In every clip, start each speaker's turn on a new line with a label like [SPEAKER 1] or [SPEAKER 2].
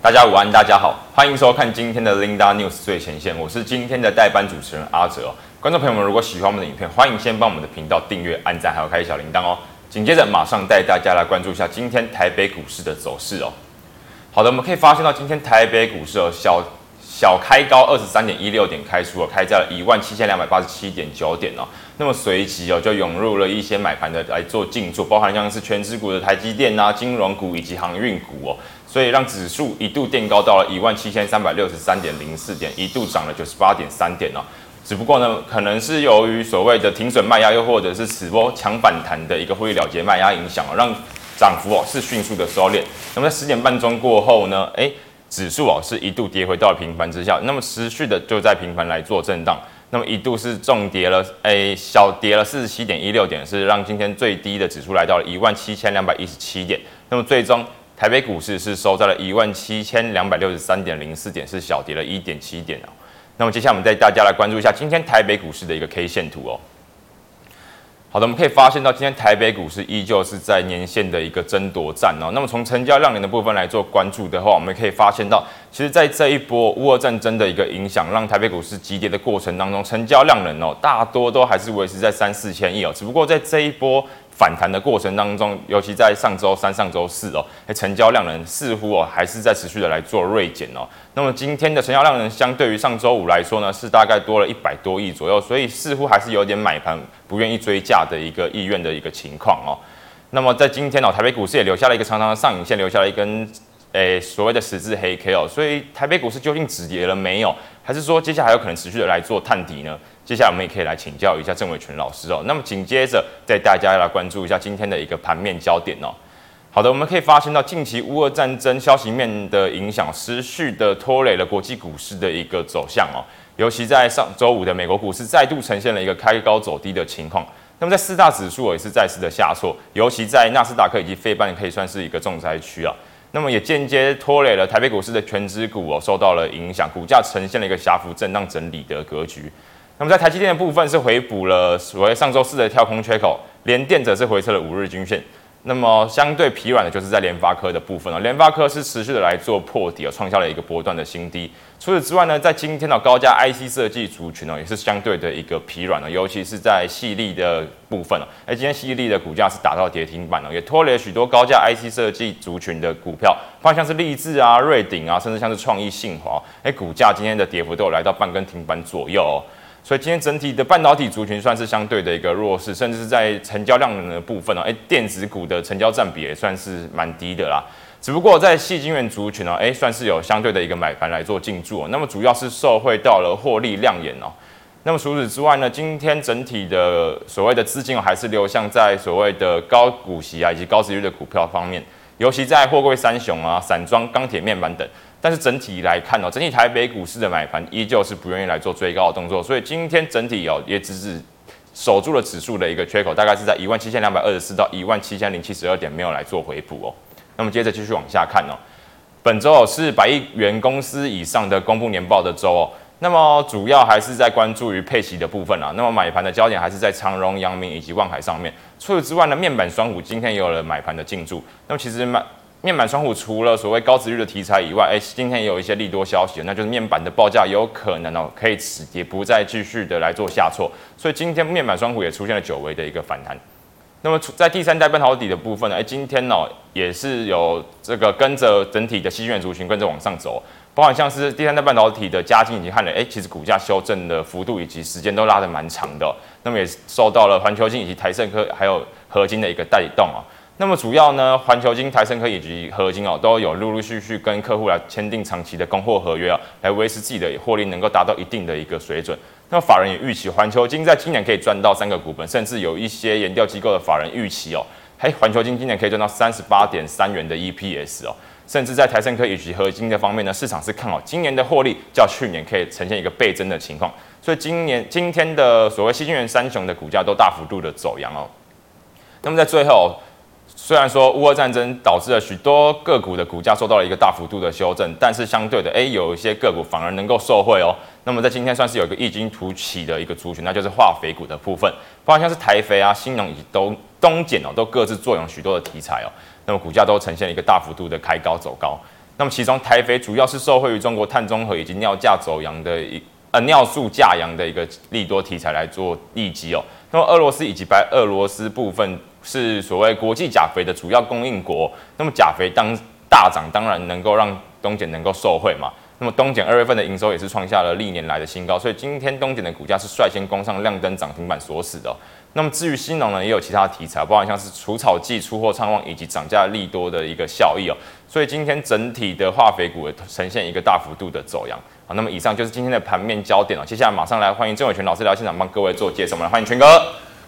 [SPEAKER 1] 大家午安，大家好，欢迎收看今天的 Linda News 最前线，我是今天的代班主持人阿哲哦、观众朋友们，如果喜欢我们的影片，欢迎先帮我们的频道订阅、按赞，还有开小铃铛哦。紧接着，马上带大家来关注一下今天台北股市的走势哦。好的，我们可以发现到今天台北股市哦小小开高二十三点一六点开出哦，开在了一万七千两百八十七点九点哦。那么随即哦就涌入了一些买盘的来做进驻，包含像是全指股的台积电啊、金融股以及航运股哦，所以让指数一度垫高到了一万七千三百六十三点零四点，一度涨了九十八点三点哦。只不过呢，可能是由于所谓的停损卖压，又或者是此波强反弹的一个会议了结卖压影响哦，让涨幅哦是迅速的收敛。那么在十点半钟过后呢，诶，指数哦是一度跌回到了平盘之下，那么持续的就在平盘来做震荡。那么一度是重跌了，诶，小跌了四十七点一六点，是让今天最低的指数来到了一万七千两百一十七点。那么最终台北股市是收在了一万七千两百六十三点零四点，是小跌了一点七点哦。那么接下来我们带大家来关注一下今天台北股市的一个 K 线图哦。好的，我们可以发现到今天台北股市依旧是在年线的一个争夺战哦。那么从成交量能的部分来做关注的话，我们可以发现到，其实在这一波乌俄战争的一个影响，让台北股市急跌的过程当中，成交量能哦大多都还是维持在三四千亿哦。只不过在这一波反弹的过程当中，尤其在上周三、上周四哦，哎，成交量能似乎哦还是在持续的来做锐减哦。那么今天的成交量能相对于上周五来说呢，是大概多了一百多亿左右，所以似乎还是有点买盘不愿意追价的一个意愿的一个情况哦。那么在今天哦，台北股市也留下了一个长长的上影线，留下了一根诶所谓的十字黑 K 哦，所以台北股市究竟止跌了没有，还是说接下来有可能持续的来做探底呢？接下来我们也可以来请教一下郑伟群老师哦。那么紧接着带大家来关注一下今天的一个盘面焦点哦。好的，我们可以发现到近期乌俄战争消息面的影响，持续的拖累了国际股市的一个走向哦。尤其在上周五的美国股市再度呈现了一个开高走低的情况。那么在四大指数也是再次的下挫，尤其在纳斯达克以及费半可以算是一个重灾区啊。那么也间接拖累了台北股市的全指股哦，受到了影响，股价呈现了一个狭幅震荡整理的格局。那么在台积电的部分是回补了所谓上周四的跳空缺口，联电则是回撤了五日均线。那么相对疲软的就是在联发科的部分哦，联发科是持续的来做破底哦，创下了一个波段的新低。除此之外呢，在今天的高价 IC 设计族群哦，也是相对的一个疲软哦，尤其是在细粒的部分哦。哎，今天细粒的股价是打到跌停板哦，也拖累了许多高价 IC 设计族群的股票，包括像是立志啊、瑞鼎啊，甚至像是创意、信华，哎，股价今天的跌幅都有来到半根停板左右哦。所以今天整体的半导体族群算是相对的一个弱势，甚至是在成交量的部分哦，哎，电子股的成交占比也算是蛮低的啦。只不过在细晶圆族群哦，哎，算是有相对的一个买盘来做进驻哦。那么主要是受惠到了获利亮眼哦。那么除此之外呢，今天整体的所谓的资金哦，还是流向在所谓的高股息啊以及高值率的股票方面，尤其在货柜三雄啊、散装、钢铁面板等。但是整体来看哦，整体台北股市的买盘依旧是不愿意来做追高的动作，所以今天整体哦也只是守住了指数的一个缺口，大概是在一万七千两百二十四到一万七千零七十二点，没有来做回补哦。那么接着继续往下看哦，本周哦是百亿元公司以上的公布年报的周哦，那么主要还是在关注于配息的部分啦、啊。那么买盘的焦点还是在长荣、阳明以及万海上面。除此之外呢，面板双股今天也有了买盘的进驻。那么其实买。面板双虎除了所谓高值率的题材以外，哎、欸，今天也有一些利多消息，那就是面板的报价有可能哦可以止跌，不再继续的来做下挫，所以今天面板双虎也出现了久违的一个反弹。那么在第三代半导体的部分呢，哎、欸，今天哦也是有这个跟着整体的西元族群跟着往上走，包含像是第三代半导体的加金以及汉磊，哎、欸，其实股价修正的幅度以及时间都拉得蛮长的、哦，那么也受到了环球金以及台盛科还有合金的一个带动啊、哦。那么主要呢，环球金、台盛科以及合金哦，都有陆陆续续跟客户来签订长期的供货合约啊，来维持自己的获利能够达到一定的一个水准。那么法人也预期环球金在今年可以赚到三个股本，甚至有一些研调机构的法人预期哦，嘿，环球金今年可以赚到三十八点三元的 EPS 哦，甚至在台盛科以及合金的哦方面呢，市场是看好今年的获利较去年可以呈现一个倍增的情况，所以今年今天的所谓新源三雄的股价都大幅度的走阳哦。那么在最后、哦。虽然说乌俄战争导致了许多个股的股价受到了一个大幅度的修正，但是相对的，诶、欸，有一些个股反而能够受惠哦。那么在今天算是有一个异军突起的一个族群，那就是化肥股的部分，包括像是台肥啊、新农以及东东碱哦，都各自作用许多的题材哦。那么股价都呈现一个大幅度的开高走高。那么其中台肥主要是受惠于中国碳中和以及尿价走阳的一呃尿素价阳的一个利多题材来做利基哦。那么俄罗斯以及白俄罗斯部分是所谓国际钾肥的主要供应国，那么钾肥当大涨，当然能够让东碱能够受惠嘛。那么东碱二月份的营收也是创下了历年来的新高，所以今天东碱的股价是率先攻上亮灯涨停板锁死的哦、那么至于新农呢，也有其他的题材，包含像是除草剂出货畅旺以及涨价利多的一个效益哦。所以今天整体的化肥股也呈现一个大幅度的走阳好，那么以上就是今天的盘面焦点了、接下来马上来欢迎郑伟权老师来到现场帮各位做介绍，我们来欢迎权哥。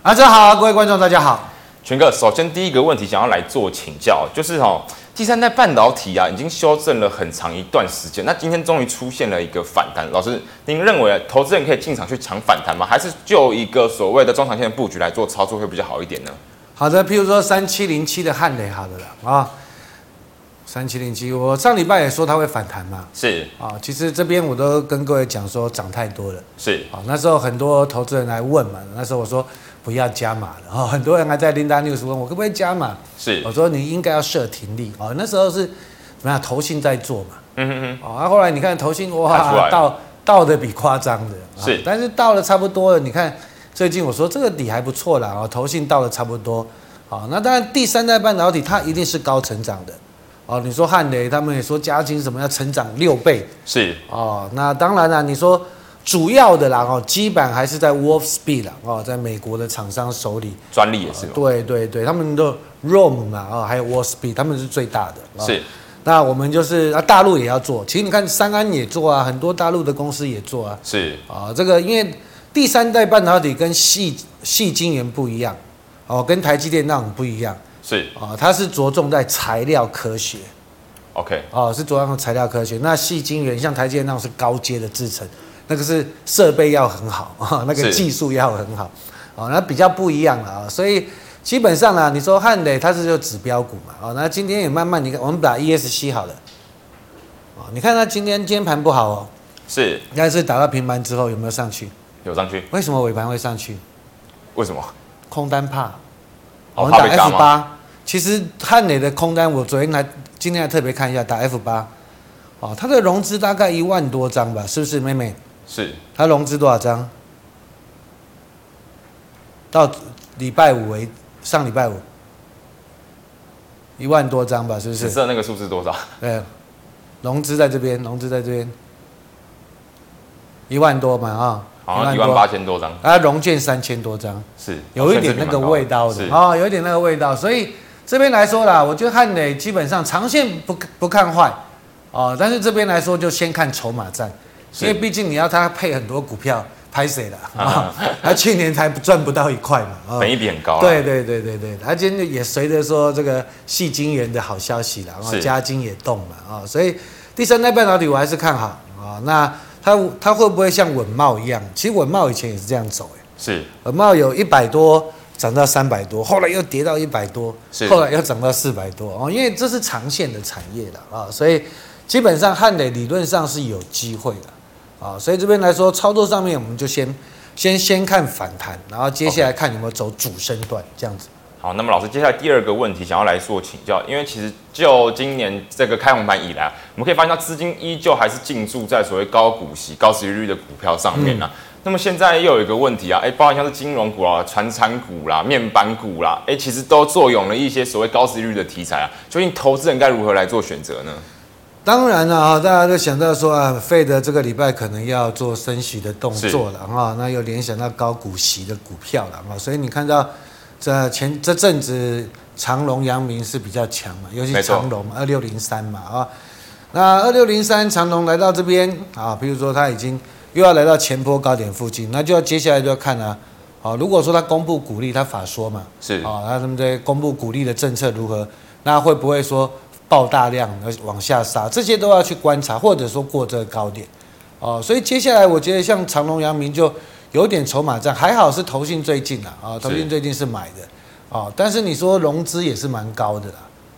[SPEAKER 2] 啊，这好，各位观众大家好。
[SPEAKER 1] 权哥，首先第一个问题想要来做请教，就是哦，第三代半导体啊，已经修正了很长一段时间，那今天终于出现了一个反弹。老师，您认为啊投资人可以进场去抢反弹吗？还是就一个所谓的中长线的布局来做操作会比较好一点呢？
[SPEAKER 2] 好的，譬如说三七零七的汉雷，好的了啊，三七零七，我上礼拜也说它会反弹嘛，
[SPEAKER 1] 是
[SPEAKER 2] 啊，其实这边我都跟各位讲说涨太多了，
[SPEAKER 1] 是，
[SPEAKER 2] 啊，那时候很多投资人来问嘛，那时候我说不要加码了，啊，很多人还在 Linda News 问我可不可以加码，
[SPEAKER 1] 是
[SPEAKER 2] 我，说你应该要设停利，啊，那时候是怎么样，投信在做嘛，
[SPEAKER 1] 嗯哼哼，
[SPEAKER 2] 哦，啊，后来你看投信
[SPEAKER 1] 看出来
[SPEAKER 2] 哇，到到的比夸张的，啊
[SPEAKER 1] 是
[SPEAKER 2] 但是到了差不多了，你看最近我说这个底还不错啦，哦，投信到了差不多，好、那当然第三代半导体它一定是高成长的，哦，你说汉雷他们也说嘉金什么要成长六倍，
[SPEAKER 1] 是
[SPEAKER 2] 哦，那当然啦、你说主要的啦，哦，基本还是在 Wolf Speed 啦，哦，在美国的厂商手里，
[SPEAKER 1] 专利也是吗？
[SPEAKER 2] 对对对，他们的 ROM 嘛，哦，还有 Wolf Speed 他们是最大的，哦
[SPEAKER 1] 是
[SPEAKER 2] 那我们就是啊，大陆也要做。其实你看，三安也做啊，很多大陆的公司也做啊。
[SPEAKER 1] 是
[SPEAKER 2] 啊，这个因为第三代半导体跟细细晶圆不一样，哦，跟台积电那种不一样
[SPEAKER 1] 是
[SPEAKER 2] 啊，它是着重在材料科学，
[SPEAKER 1] ，OK，
[SPEAKER 2] 哦，是着重材料科学。那细晶圆像台积电那种是高阶的制程，那个是设备要很好啊，那个
[SPEAKER 1] 是
[SPEAKER 2] 技术要很好，哦，那比较不一样了啊。所以基本上啊，你说汉磊它是就指标股嘛，哦，那今天也慢慢你看，我们把 ESC 好了，哦，你看它今天今天盘不好哦，
[SPEAKER 1] 是
[SPEAKER 2] 但是打到平盘之后有没有上去？
[SPEAKER 1] 有上去，
[SPEAKER 2] 为什么尾盘会上去？
[SPEAKER 1] 为什么？
[SPEAKER 2] 空单怕，
[SPEAKER 1] 哦
[SPEAKER 2] 我们打
[SPEAKER 1] 怕被嘎
[SPEAKER 2] F
[SPEAKER 1] 吗
[SPEAKER 2] 八。其实汉磊的空单，我昨天还今天还特别看一下，打 F 八，哦，它的融资大概一万多张吧，是不是，妹妹？
[SPEAKER 1] 是
[SPEAKER 2] 它融资多少张？到礼拜五为上礼拜五，一万多张吧，是不
[SPEAKER 1] 紫
[SPEAKER 2] 是？
[SPEAKER 1] 色那个数字多少？
[SPEAKER 2] 对，融资在这边，融资在这边，一万多嘛啊，
[SPEAKER 1] 好像一万八千多张，
[SPEAKER 2] 啊，融券三千多张。
[SPEAKER 1] 是
[SPEAKER 2] 有一点那个味道的
[SPEAKER 1] 是
[SPEAKER 2] 哦，有一点那个味道，所以这边来说啦，我觉得汉磊基本上长线不不看坏哦，但是这边来说就先看筹码战，
[SPEAKER 1] 是
[SPEAKER 2] 因为毕竟你要他配很多股票，拍谁了啊？他去年才赚不到一块嘛， 哦
[SPEAKER 1] 本益比很高啊，
[SPEAKER 2] 对对对对对，他今天也随着说这个细晶圆的好消息了，然后
[SPEAKER 1] 是
[SPEAKER 2] 嘉金也动了啊、所以第三代半导体我还是看好啊、那它它会不会像稳茂一样？其实稳茂以前也是这样走哎。
[SPEAKER 1] 是
[SPEAKER 2] 耳帽有一百多涨到三百多，后来又跌到一百多
[SPEAKER 1] 是，
[SPEAKER 2] 后来又涨到四百多哦，因为这是长线的产业了啊，所以基本上汉磊理论上是有机会的啊，所以这边来说操作上面我们就先先先看反弹，然后接下来看有没有走主升段这样子。
[SPEAKER 1] 好，那么老师，接下来第二个问题想要来做请教，因为其实就今年这个开红盘以来啊，我们可以发现到资金依旧还是进驻在所谓高股息、高收益率的股票上面啊。
[SPEAKER 2] 嗯
[SPEAKER 1] 那么现在又有一个问题啊，哎、包含像是金融股啊、传产股啦、面板股啦，哎、其实都坐拥了一些所谓高收益率的题材啊。究竟投资人该如何来做选择呢？
[SPEAKER 2] 当然了啊，大家都想到说啊，费的这个礼拜可能要做升息的动作了啊，那又联想到高股息的股票了啊，所以你看到这前这阵子长隆、阳明是比较强嘛，尤其
[SPEAKER 1] 没错
[SPEAKER 2] 长隆二六零三嘛啊，那二六零三长隆来到这边啊，比如说它已经又要来到前波高点附近，那就要接下来就要看啊，好、如果说它公布股利，它法说嘛，
[SPEAKER 1] 是
[SPEAKER 2] 啊、那他们在公布鼓励的政策如何？那会不会说爆大量而往下杀？这些都要去观察，或者说过这个高点哦。所以接下来我觉得像长隆、阳明就有点筹码战，还好是投信最近啊，啊、投
[SPEAKER 1] 是
[SPEAKER 2] 信最近是买的哦，但是你说融资也是蛮高的啦，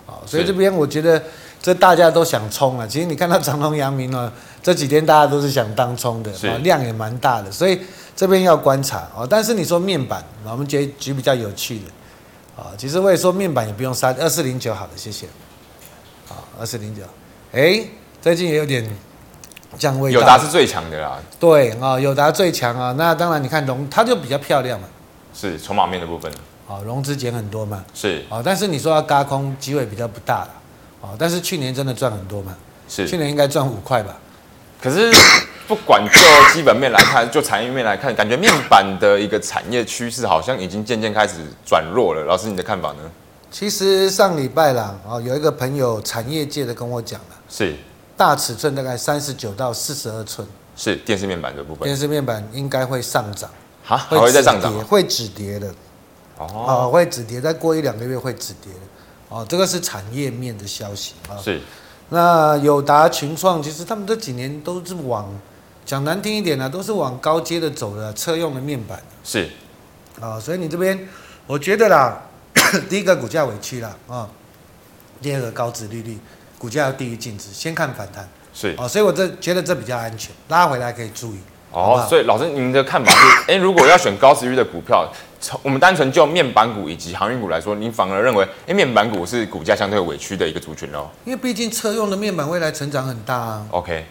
[SPEAKER 2] 哦，所以
[SPEAKER 1] 是
[SPEAKER 2] 这边我觉得这大家都想冲啊。其实你看到长隆、阳明呢，这几天大家都是想当冲的，
[SPEAKER 1] 是
[SPEAKER 2] 啊量也蛮大的，所以这边要观察哦。但是你说面板，哦我们觉得举比较有趣的。哦哦啊，其实我也说面板也不用杀，二四零九好了，谢谢。啊，二四零九，哎、最近也有点降味道。
[SPEAKER 1] 友达是最强的啦，
[SPEAKER 2] 对啊，友达最强啊。那当然，你看融它就比较漂亮嘛，
[SPEAKER 1] 是筹码面的部分，
[SPEAKER 2] 啊、融资减很多嘛，
[SPEAKER 1] 是
[SPEAKER 2] 啊、但是你说要嘎空，机会比较不大了，啊、但是去年真的赚很多嘛，去
[SPEAKER 1] 是。
[SPEAKER 2] 年应该赚五块吧，
[SPEAKER 1] 可是 不管就基本面来看，就产业面来看，感觉面板的一个产业趋势好像已经渐渐开始转弱了。老师，你的看法呢？
[SPEAKER 2] 其实上礼拜啦，啊，有一个朋友产业界的跟我讲了，
[SPEAKER 1] 是
[SPEAKER 2] 大尺寸大概三十九到四十二寸
[SPEAKER 1] 是电视面板的部分，
[SPEAKER 2] 电视面板应该会上涨，
[SPEAKER 1] 哈还哦会再上涨
[SPEAKER 2] 止跌
[SPEAKER 1] 吗？
[SPEAKER 2] 会止跌的，
[SPEAKER 1] 哦，
[SPEAKER 2] 啊、会止跌，再过一两个月会止跌的，哦，这个是产业面的消息啊。
[SPEAKER 1] 哦是
[SPEAKER 2] 那友达、群创，其实他们这几年都是往讲难听一点呢、啊都是往高阶的走的，车用的面板
[SPEAKER 1] 是
[SPEAKER 2] 啊、所以你这边，我觉得啦， 第一个股价委屈啦啊、第二个高值利率，股价要低于净值，先看反弹
[SPEAKER 1] 是
[SPEAKER 2] 啊、所以我这觉得这比较安全，拉回来可以注意。好不
[SPEAKER 1] 哦
[SPEAKER 2] 好，
[SPEAKER 1] 所以老师您的看法是， 哎、如果要选高值率的股票，从我们单纯就面板股以及航运股来说，您反而认为，哎、面板股是股价相对委屈的一个族群哦。
[SPEAKER 2] 因为毕竟车用的面板未来成长很大啊，
[SPEAKER 1] OK，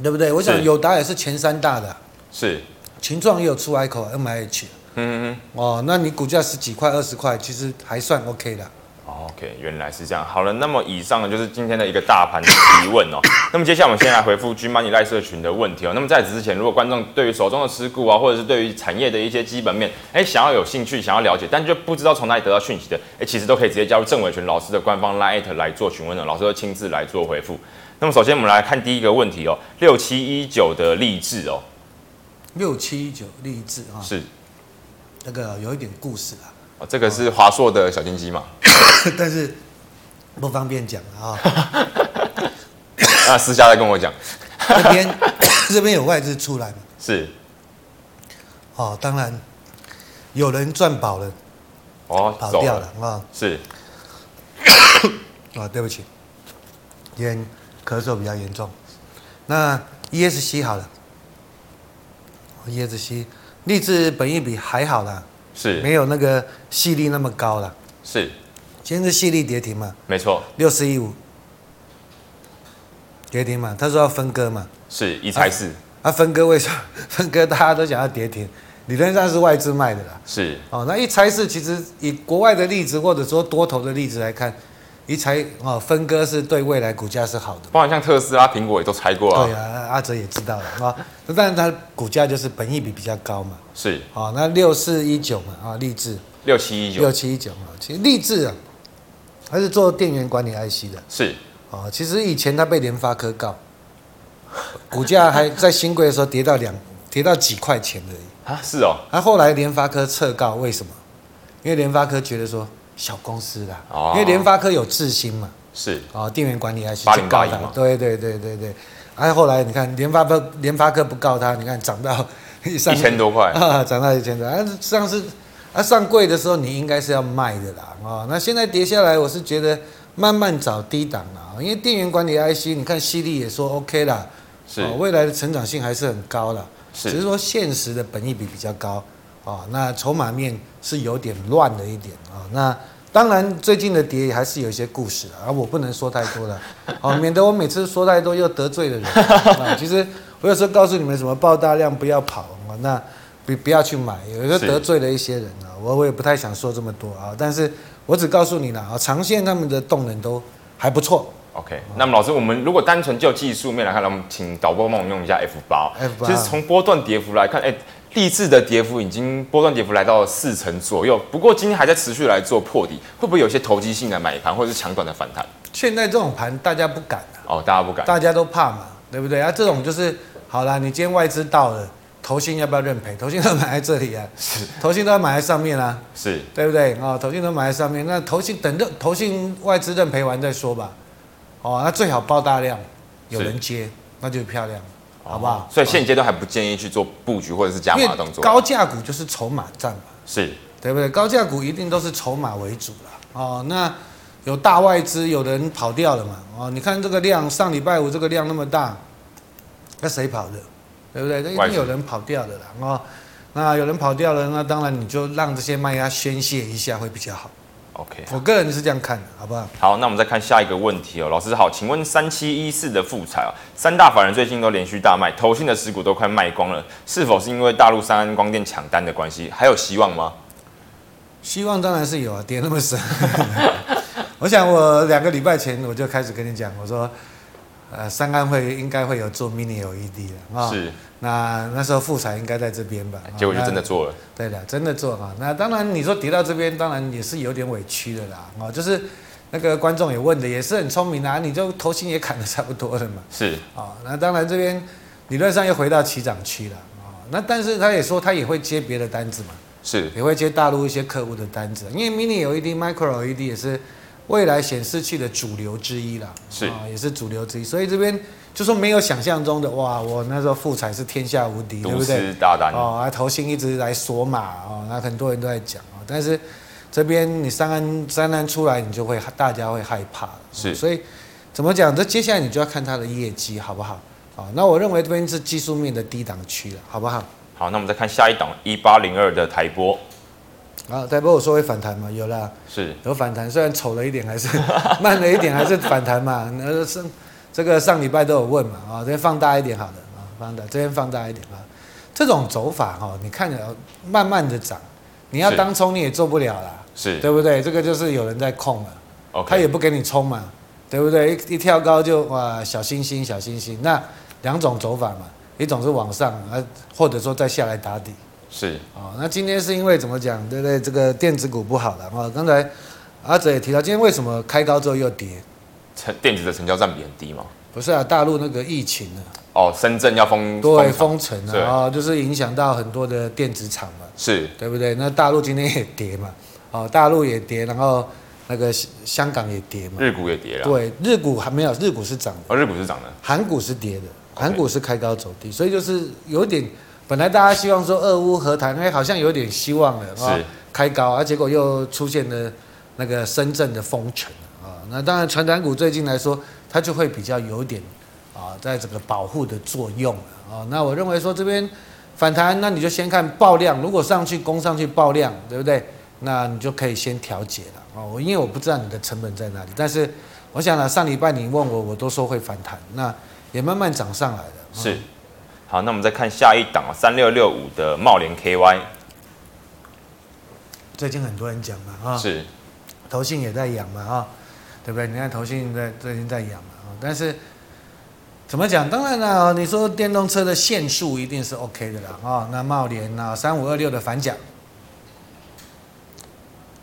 [SPEAKER 2] 对不对？我想
[SPEAKER 1] 是
[SPEAKER 2] 友达也是前三大的啊、
[SPEAKER 1] 是，
[SPEAKER 2] 群创也有出海口啊 M I H
[SPEAKER 1] 嗯嗯
[SPEAKER 2] 哦，那你股价十几块、二十块，其实还算 OK 的。啊
[SPEAKER 1] 嗯，OK，原来是这样。好了，那么以上呢就是今天的一个大盘的提问哦。 那么接下来我们先来回复 G Money 赖社群的问题哦。那么在此之前，如果观众对于手中的持股啊，或者是对于产业的一些基本面，哎、想要有兴趣、想要了解，但就不知道从哪里得到讯息的，哎、其实都可以直接加入郑伟群老师的官方 Line 来做询问哦的，老师会亲自来做回复。那么首先我们来看第一个问题哦，六七一九的励志哦，
[SPEAKER 2] 六七一九励志啊，
[SPEAKER 1] 是
[SPEAKER 2] 那个有一点故事啊，
[SPEAKER 1] 哦，这个是华硕的小金鸡嘛？
[SPEAKER 2] 但是不方便讲啊。
[SPEAKER 1] 那啊私下再跟我讲，
[SPEAKER 2] 这边 这边有外资出来嘛，
[SPEAKER 1] 是
[SPEAKER 2] 哦，当然有人赚饱了，
[SPEAKER 1] 哦，
[SPEAKER 2] 跑
[SPEAKER 1] 走
[SPEAKER 2] 掉了，啊
[SPEAKER 1] 是
[SPEAKER 2] 啊，对不起，今天咳嗽比较严重。那 ESC 好了，ESC E 励志本益比还好啦，
[SPEAKER 1] 是
[SPEAKER 2] 没有那个细粒那么高啦。
[SPEAKER 1] 是，
[SPEAKER 2] 今天是细粒跌停嘛，
[SPEAKER 1] 没错，
[SPEAKER 2] 六四一五跌停嘛，他说要分割嘛，
[SPEAKER 1] 是一拆四，
[SPEAKER 2] 啊分割为什么 分割大家都想要跌停，理论上是外资卖的啦。
[SPEAKER 1] 是
[SPEAKER 2] 哦，那一拆是其实以国外的例子或者说多头的例子来看，一拆哦分割是对未来股价是好的。
[SPEAKER 1] 包含像特斯拉、苹果也都拆过
[SPEAKER 2] 对
[SPEAKER 1] 啊，
[SPEAKER 2] 啊，阿哲也知道了啊，那当然它股价就是本益比比较高嘛。
[SPEAKER 1] 是
[SPEAKER 2] 哦，那六四一九嘛，啊，励志
[SPEAKER 1] 六七一
[SPEAKER 2] 六
[SPEAKER 1] 九，
[SPEAKER 2] 七一九啊，其实励志啊，它是做电源管理 IC 的
[SPEAKER 1] 是
[SPEAKER 2] 哦。其实以前它被联发科告，股价还在新贵的时候跌到两跌到几块钱而已。
[SPEAKER 1] 啊，是哦，
[SPEAKER 2] 啊，后来联发科撤告，为什么？因为联发科觉得说小公司啦，
[SPEAKER 1] 哦
[SPEAKER 2] 因为联发科有智新嘛，
[SPEAKER 1] 是
[SPEAKER 2] 啊、电源管理还是
[SPEAKER 1] 8081
[SPEAKER 2] 告他
[SPEAKER 1] 嘛，
[SPEAKER 2] 对对对对对。啊，后来你看联发科联发科不告他，你看涨 到一
[SPEAKER 1] 一千多块，
[SPEAKER 2] 啊，涨到一千多，啊，上次啊上柜的时候你应该是要卖的啦，啊、那现在跌下来，我是觉得慢慢找低档啦，因为电源管理 IC，你看犀利也说 OK 啦，
[SPEAKER 1] 是
[SPEAKER 2] 哦未来的成长性还是很高啦。只是
[SPEAKER 1] 是
[SPEAKER 2] 说现实的本益比比较高啊、那筹码面是有点乱了一点啊、那当然最近的跌也还是有一些故事啊，我不能说太多了，哦，免得我每次说太多又得罪了人。啊、其实我有时候告诉你们什么爆大量不要跑啊，那不不要去买，有时候
[SPEAKER 1] 是
[SPEAKER 2] 得罪了一些人啊，我我也不太想说这么多啊，但是我只告诉你了啊，长线他们的动能都还不错，
[SPEAKER 1] OK，那么老师，我们如果单纯就技术面来看，我们请导播帮我们用一下 F 八、哦
[SPEAKER 2] F8
[SPEAKER 1] 其实从波段跌幅来看，哎、励志的跌幅已经波段跌幅来到四成左右，不过今天还在持续来做破底，会不会有些投机性的买盘或者是强短的反弹？
[SPEAKER 2] 现在这种盘大家不敢啊。
[SPEAKER 1] 哦，大家不敢，
[SPEAKER 2] 大家都怕嘛，对不对？啊，这种就是好啦，你今天外资到了，投信要不要认赔？投信都要买在这里啊，投信都要买在上面啊，
[SPEAKER 1] 是
[SPEAKER 2] 对不对？哦，投信都买在上面，那投信等着投信外资认赔完再说吧。哦，那最好爆大量，有人接，那就漂亮，好不好？
[SPEAKER 1] 哦所以现阶段还不建议去做布局或者是加
[SPEAKER 2] 因
[SPEAKER 1] 码
[SPEAKER 2] 为
[SPEAKER 1] 的动作。
[SPEAKER 2] 高价股就是筹码战嘛，
[SPEAKER 1] 是
[SPEAKER 2] 对不对？高价股一定都是筹码为主啦。哦，那有大外资，有人跑掉了嘛？哦，你看这个量，上礼拜五这个量那么大，那谁跑的？对不对？那一
[SPEAKER 1] 外
[SPEAKER 2] 定
[SPEAKER 1] 资
[SPEAKER 2] 有人跑掉的啦。哦，那有人跑掉了，那当然你就让这些卖家宣泄一下会比较好。
[SPEAKER 1] OK，
[SPEAKER 2] 我个人是这样看的，好不好？
[SPEAKER 1] 好，那我们再看下一个问题哦，老师好，请问三七一四的复彩哦，三大法人最近都连续大卖，投信的持股都快卖光了，是否是因为大陆三安光电抢单的关系，还有希望吗？
[SPEAKER 2] 希望当然是有啊，跌那么深。 我想我两个礼拜前我就开始跟你讲，我说，呃，三安会应该会有做 mini LED 的啊。
[SPEAKER 1] 是，
[SPEAKER 2] 那那时候富彩应该在这边吧？
[SPEAKER 1] 哎结果就
[SPEAKER 2] 啊
[SPEAKER 1] 真的做了，
[SPEAKER 2] 对的，真的做啊。那当然，你说跌到这边，当然也是有点委屈的啦。哦，就是那个观众也问的，也是很聪明啊，你就头型也砍的差不多了嘛。
[SPEAKER 1] 是
[SPEAKER 2] 哦，那当然这边理论上又回到起涨区了哦。那但是他也说他也会接别的单子嘛，
[SPEAKER 1] 是
[SPEAKER 2] 也会接大陆一些客户的单子，因为 Mini LED、Micro E LED 也是未来显示器的主流之一啦，
[SPEAKER 1] 是
[SPEAKER 2] 哦也是主流之一。所以这边就说没有想象中的哇，我那时候富彩是天下无敌，对
[SPEAKER 1] 独
[SPEAKER 2] 不对？
[SPEAKER 1] 吃大单，
[SPEAKER 2] 哦，啊，投信一直来锁码哦，那很多人都在讲哦，但是这边你三安三安出来，你就会大家会害怕了哦
[SPEAKER 1] 是
[SPEAKER 2] 所以怎么讲？这接下来你就要看它的业绩好不好？哦，那我认为这边是技术面的低档区了，好不好？
[SPEAKER 1] 好，那我们再看下一档一八零二的台波，
[SPEAKER 2] 啊，代波我说会反弹嘛，有啦，
[SPEAKER 1] 是
[SPEAKER 2] 有反弹，虽然丑了一点，还是 慢了一点，还是反弹嘛。那上这个上礼拜都有问嘛，啊、这边放大一点好了啊、放大这边放大一点啊。这种走法哈、你看着慢慢的涨，你要
[SPEAKER 1] 是
[SPEAKER 2] 当冲你也做不了啦，
[SPEAKER 1] 是
[SPEAKER 2] 对不对？这个就是有人在控了，他
[SPEAKER 1] ，OK，
[SPEAKER 2] 也不给你冲嘛，对不对？一一跳高就哇小星星小星星，那两种走法嘛，一种是往上啊，或者说再下来打底。
[SPEAKER 1] 是
[SPEAKER 2] 哦，那今天是因为怎么讲，对不对？这个电子股不好了啊、哦。刚才阿哲也提到，今天为什么开高之后又跌？
[SPEAKER 1] 成电子的成交占比很低嘛？
[SPEAKER 2] 不是啊，大陆那个疫情啊，
[SPEAKER 1] 哦，深圳要封
[SPEAKER 2] 对，
[SPEAKER 1] 封
[SPEAKER 2] 封
[SPEAKER 1] 城，
[SPEAKER 2] 城啊，
[SPEAKER 1] 对
[SPEAKER 2] 哦，就是影响到很多的电子厂嘛，
[SPEAKER 1] 是
[SPEAKER 2] 对不对？那大陆今天也跌嘛，哦，大陆也跌，然后那个香香港也跌嘛，
[SPEAKER 1] 日股也跌了，
[SPEAKER 2] 对，日股还没有，日股是涨的，
[SPEAKER 1] 哦，日股是涨的，
[SPEAKER 2] 韩股是跌的，韩股是开高走低，所以就是有点，本来大家希望说俄乌和谈，哎，好像有点希望了啊、
[SPEAKER 1] 是
[SPEAKER 2] 开高啊，结果又出现了那个深圳的封城啊、那当然，传染股最近来说，它就会比较有点啊、在整个保护的作用啊、那我认为说这边反弹，那你就先看爆量，如果上去攻上去爆量，对不对？那你就可以先调节了啊、我因为我不知道你的成本在哪里，但是我想呢，上礼拜你问我，我都说会反弹，那也慢慢涨上来了。啊
[SPEAKER 1] 是。好，那我们再看下一档哦三六六五的茂联 KY，
[SPEAKER 2] 最近很多人讲嘛啊，
[SPEAKER 1] 是
[SPEAKER 2] 投信也在养嘛啊，对不对？你看投信在最近在养嘛啊，但是怎么讲？当然了、啊，你说电动车的限速一定是 OK 的啦啊。那茂联啊，三五二六的反甲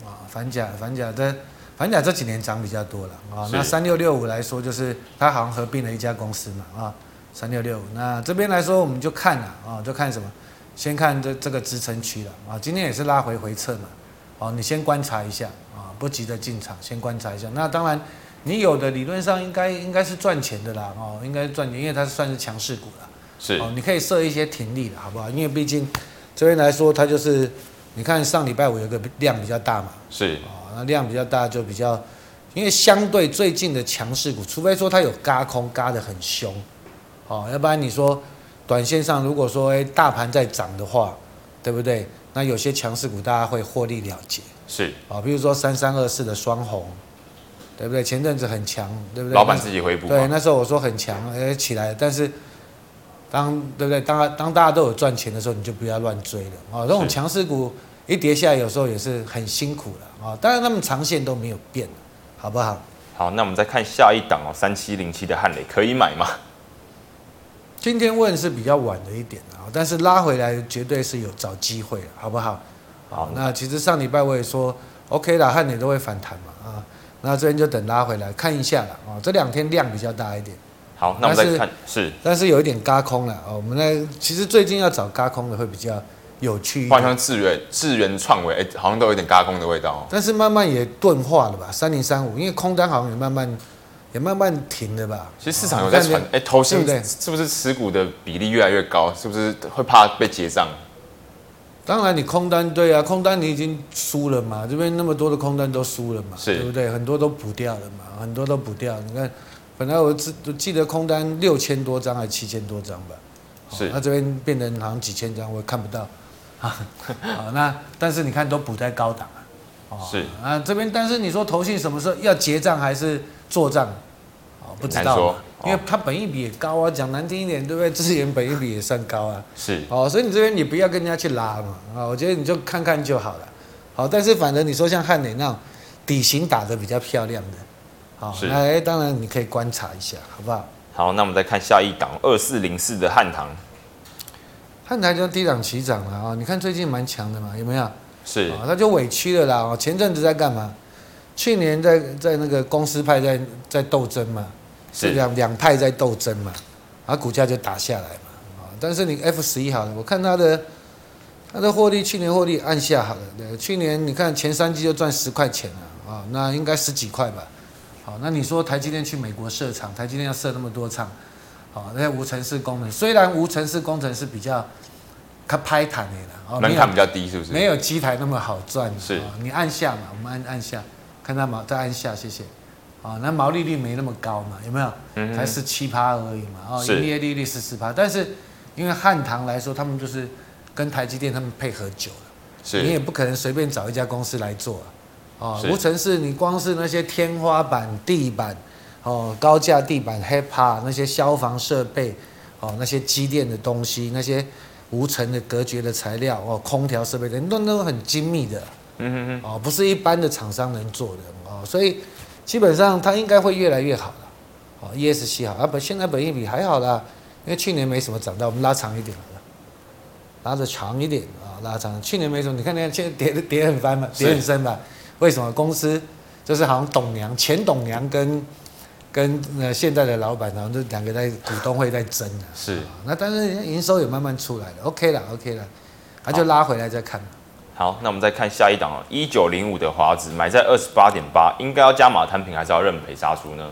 [SPEAKER 2] 啊，反甲反甲的反甲这几年涨比较多了啊。
[SPEAKER 1] 是
[SPEAKER 2] 那三六六五来说，就是它好像合并了一家公司嘛啊，三六六五。那这边来说，我们就看了啊，就看什么？先看这这个支撑区了啊，今天也是拉回回撤嘛。哦，你先观察一下啊，不急着进场，先观察一下。那当然，你有的理论上应该应该是赚钱的啦，哦，应该是赚钱，因为它算是强势股了。
[SPEAKER 1] 是
[SPEAKER 2] 哦，你可以设一些停利的好不好？因为毕竟这边来说，它就是你看上礼拜五有一个量比较大嘛，
[SPEAKER 1] 是
[SPEAKER 2] 哦，那量比较大就比较，因为相对最近的强势股，除非说它有嘎空嘎得很凶，哦，要不然你说短线上如果说哎、大盘在涨的话，对不对？那有些强势股大家会获利了结。
[SPEAKER 1] 是，
[SPEAKER 2] 啊，比如说三三二四的双红，对不对？前阵子很强，对不对？
[SPEAKER 1] 老板自己回补
[SPEAKER 2] 对，
[SPEAKER 1] 嘛，
[SPEAKER 2] 那时候我说很强，哎，起来了，但是当对不对？当当大家都有赚钱的时候，你就不要乱追了啊、这种
[SPEAKER 1] 是
[SPEAKER 2] 强势股一跌下来，有时候也是很辛苦了啊、当然，他们长线都没有变，好不好？
[SPEAKER 1] 好，那我们再看下一档哦，三七零七的汉磊可以买吗？
[SPEAKER 2] 今天问是比较晚了一点啊，但是拉回来绝对是有找机会了，好不好？
[SPEAKER 1] 好，
[SPEAKER 2] 那其实上礼拜我也说 OK 啦，汉磊都会反弹嘛啊，那这边就等拉回来看一下了啊。这两天量比较大一点，
[SPEAKER 1] 好，那我们
[SPEAKER 2] 但
[SPEAKER 1] 再
[SPEAKER 2] 是
[SPEAKER 1] 看是
[SPEAKER 2] 但是有一点嘎空了啊。我们呢，其实最近要找嘎空的会比较有趣一
[SPEAKER 1] 好
[SPEAKER 2] 点，
[SPEAKER 1] 像智源、智源、创维，哎、好像都有点嘎空的味道、哦。
[SPEAKER 2] 但是慢慢也钝化了吧，三零三五，因为空单好像也慢慢也慢慢停了吧。
[SPEAKER 1] 其实市场有在传
[SPEAKER 2] 哦，
[SPEAKER 1] 哎、投信
[SPEAKER 2] 对不对
[SPEAKER 1] 是不是持股的比例越来越高？是不是会怕被结账？
[SPEAKER 2] 哦当然，你空单对啊，空单你已经输了嘛，这边那么多的空单都输了嘛，
[SPEAKER 1] 是
[SPEAKER 2] 对不对？很多都补掉了嘛，很多都补掉。你看，本来我记我记得空单六千多张还七千多张吧，哦
[SPEAKER 1] 是
[SPEAKER 2] 那这边变 成好像几千张，我也看不到。啊，好，那但是你看都补在高档啊，哦
[SPEAKER 1] 是
[SPEAKER 2] 啊，这边但是你说投信什么时候要结账还是做账？哦，不知
[SPEAKER 1] 很难
[SPEAKER 2] 道
[SPEAKER 1] 说
[SPEAKER 2] 嘛，因为它本益比也高啊，讲难听一点，对不对？之前本益比也算高啊，
[SPEAKER 1] 是
[SPEAKER 2] 哦，所以你这边你不要跟人家去拉嘛，啊、我觉得你就看看就好了。好、但是反正你说像汉磊那种底型打得比较漂亮的，好、
[SPEAKER 1] 是
[SPEAKER 2] 那哎、当然你可以观察一下，好不好？
[SPEAKER 1] 好，那我们再看下一档二四零四的汉唐，
[SPEAKER 2] 汉台就低档起涨了啊、你看最近蛮强的嘛，有没有？
[SPEAKER 1] 是
[SPEAKER 2] 啊，他就委屈了啦。哦，前阵子在干嘛？去年在在那个公司派在在斗争嘛，
[SPEAKER 1] 是
[SPEAKER 2] 两两派在斗争嘛，啊，股价就打下来嘛。啊，但是你 F 十一好了，我看它的它的获利，去年获利按下好了，对，去年你看前三季就赚十块钱了啊，那应该十几块吧。好，那你说台积电去美国设厂，台积电要设那么多厂，好，那些无尘室工程，虽然无尘室工程是比较它拍坦的啦，哦，没
[SPEAKER 1] 门
[SPEAKER 2] 有
[SPEAKER 1] 槛比较低，是不是？
[SPEAKER 2] 没有机台那么好赚。
[SPEAKER 1] 是
[SPEAKER 2] 啊你按下嘛，我们按按下，看它毛，再按下，谢谢。啊，那毛利率没那么高嘛，有没有？
[SPEAKER 1] 嗯哼
[SPEAKER 2] 才十七趴而已嘛，哦，
[SPEAKER 1] 是
[SPEAKER 2] 营业利率十四趴，但是因为汉唐来说，他们就是跟台积电他们配合久了，你也
[SPEAKER 1] 是
[SPEAKER 2] 不可能随便找一家公司来做啊。哦，
[SPEAKER 1] 是
[SPEAKER 2] 无尘室你光是那些天花板、地板，哦，高架地板、黑怕那些消防设备，哦，那些机电的东西，那些无尘的隔绝的材料，哦，空调设备等，那都很精密的。
[SPEAKER 1] 嗯哼哼，
[SPEAKER 2] 哦，不是一般的厂商能做的哦，所以基本上它应该会越来越好了。哦，ESC 好啊，本现在本益比还好啦，因为去年没什么涨到，我们拉长一点好了，拉的长一点啊、拉长。去年没什么，你看那现在跌得跌很翻嘛，
[SPEAKER 1] 是
[SPEAKER 2] 跌很深嘛，为什么公司就是好像董娘前董娘跟跟呃现在的老板，然后这两个在股东会在争啊。
[SPEAKER 1] 是
[SPEAKER 2] 那但是营收也慢慢出来了，OK 了，OK 了，那就拉回来再看。
[SPEAKER 1] 好，那我们再看下一档哦，一九零五的华子买在二十八点八，应该要加码摊平，还是要认赔杀出呢？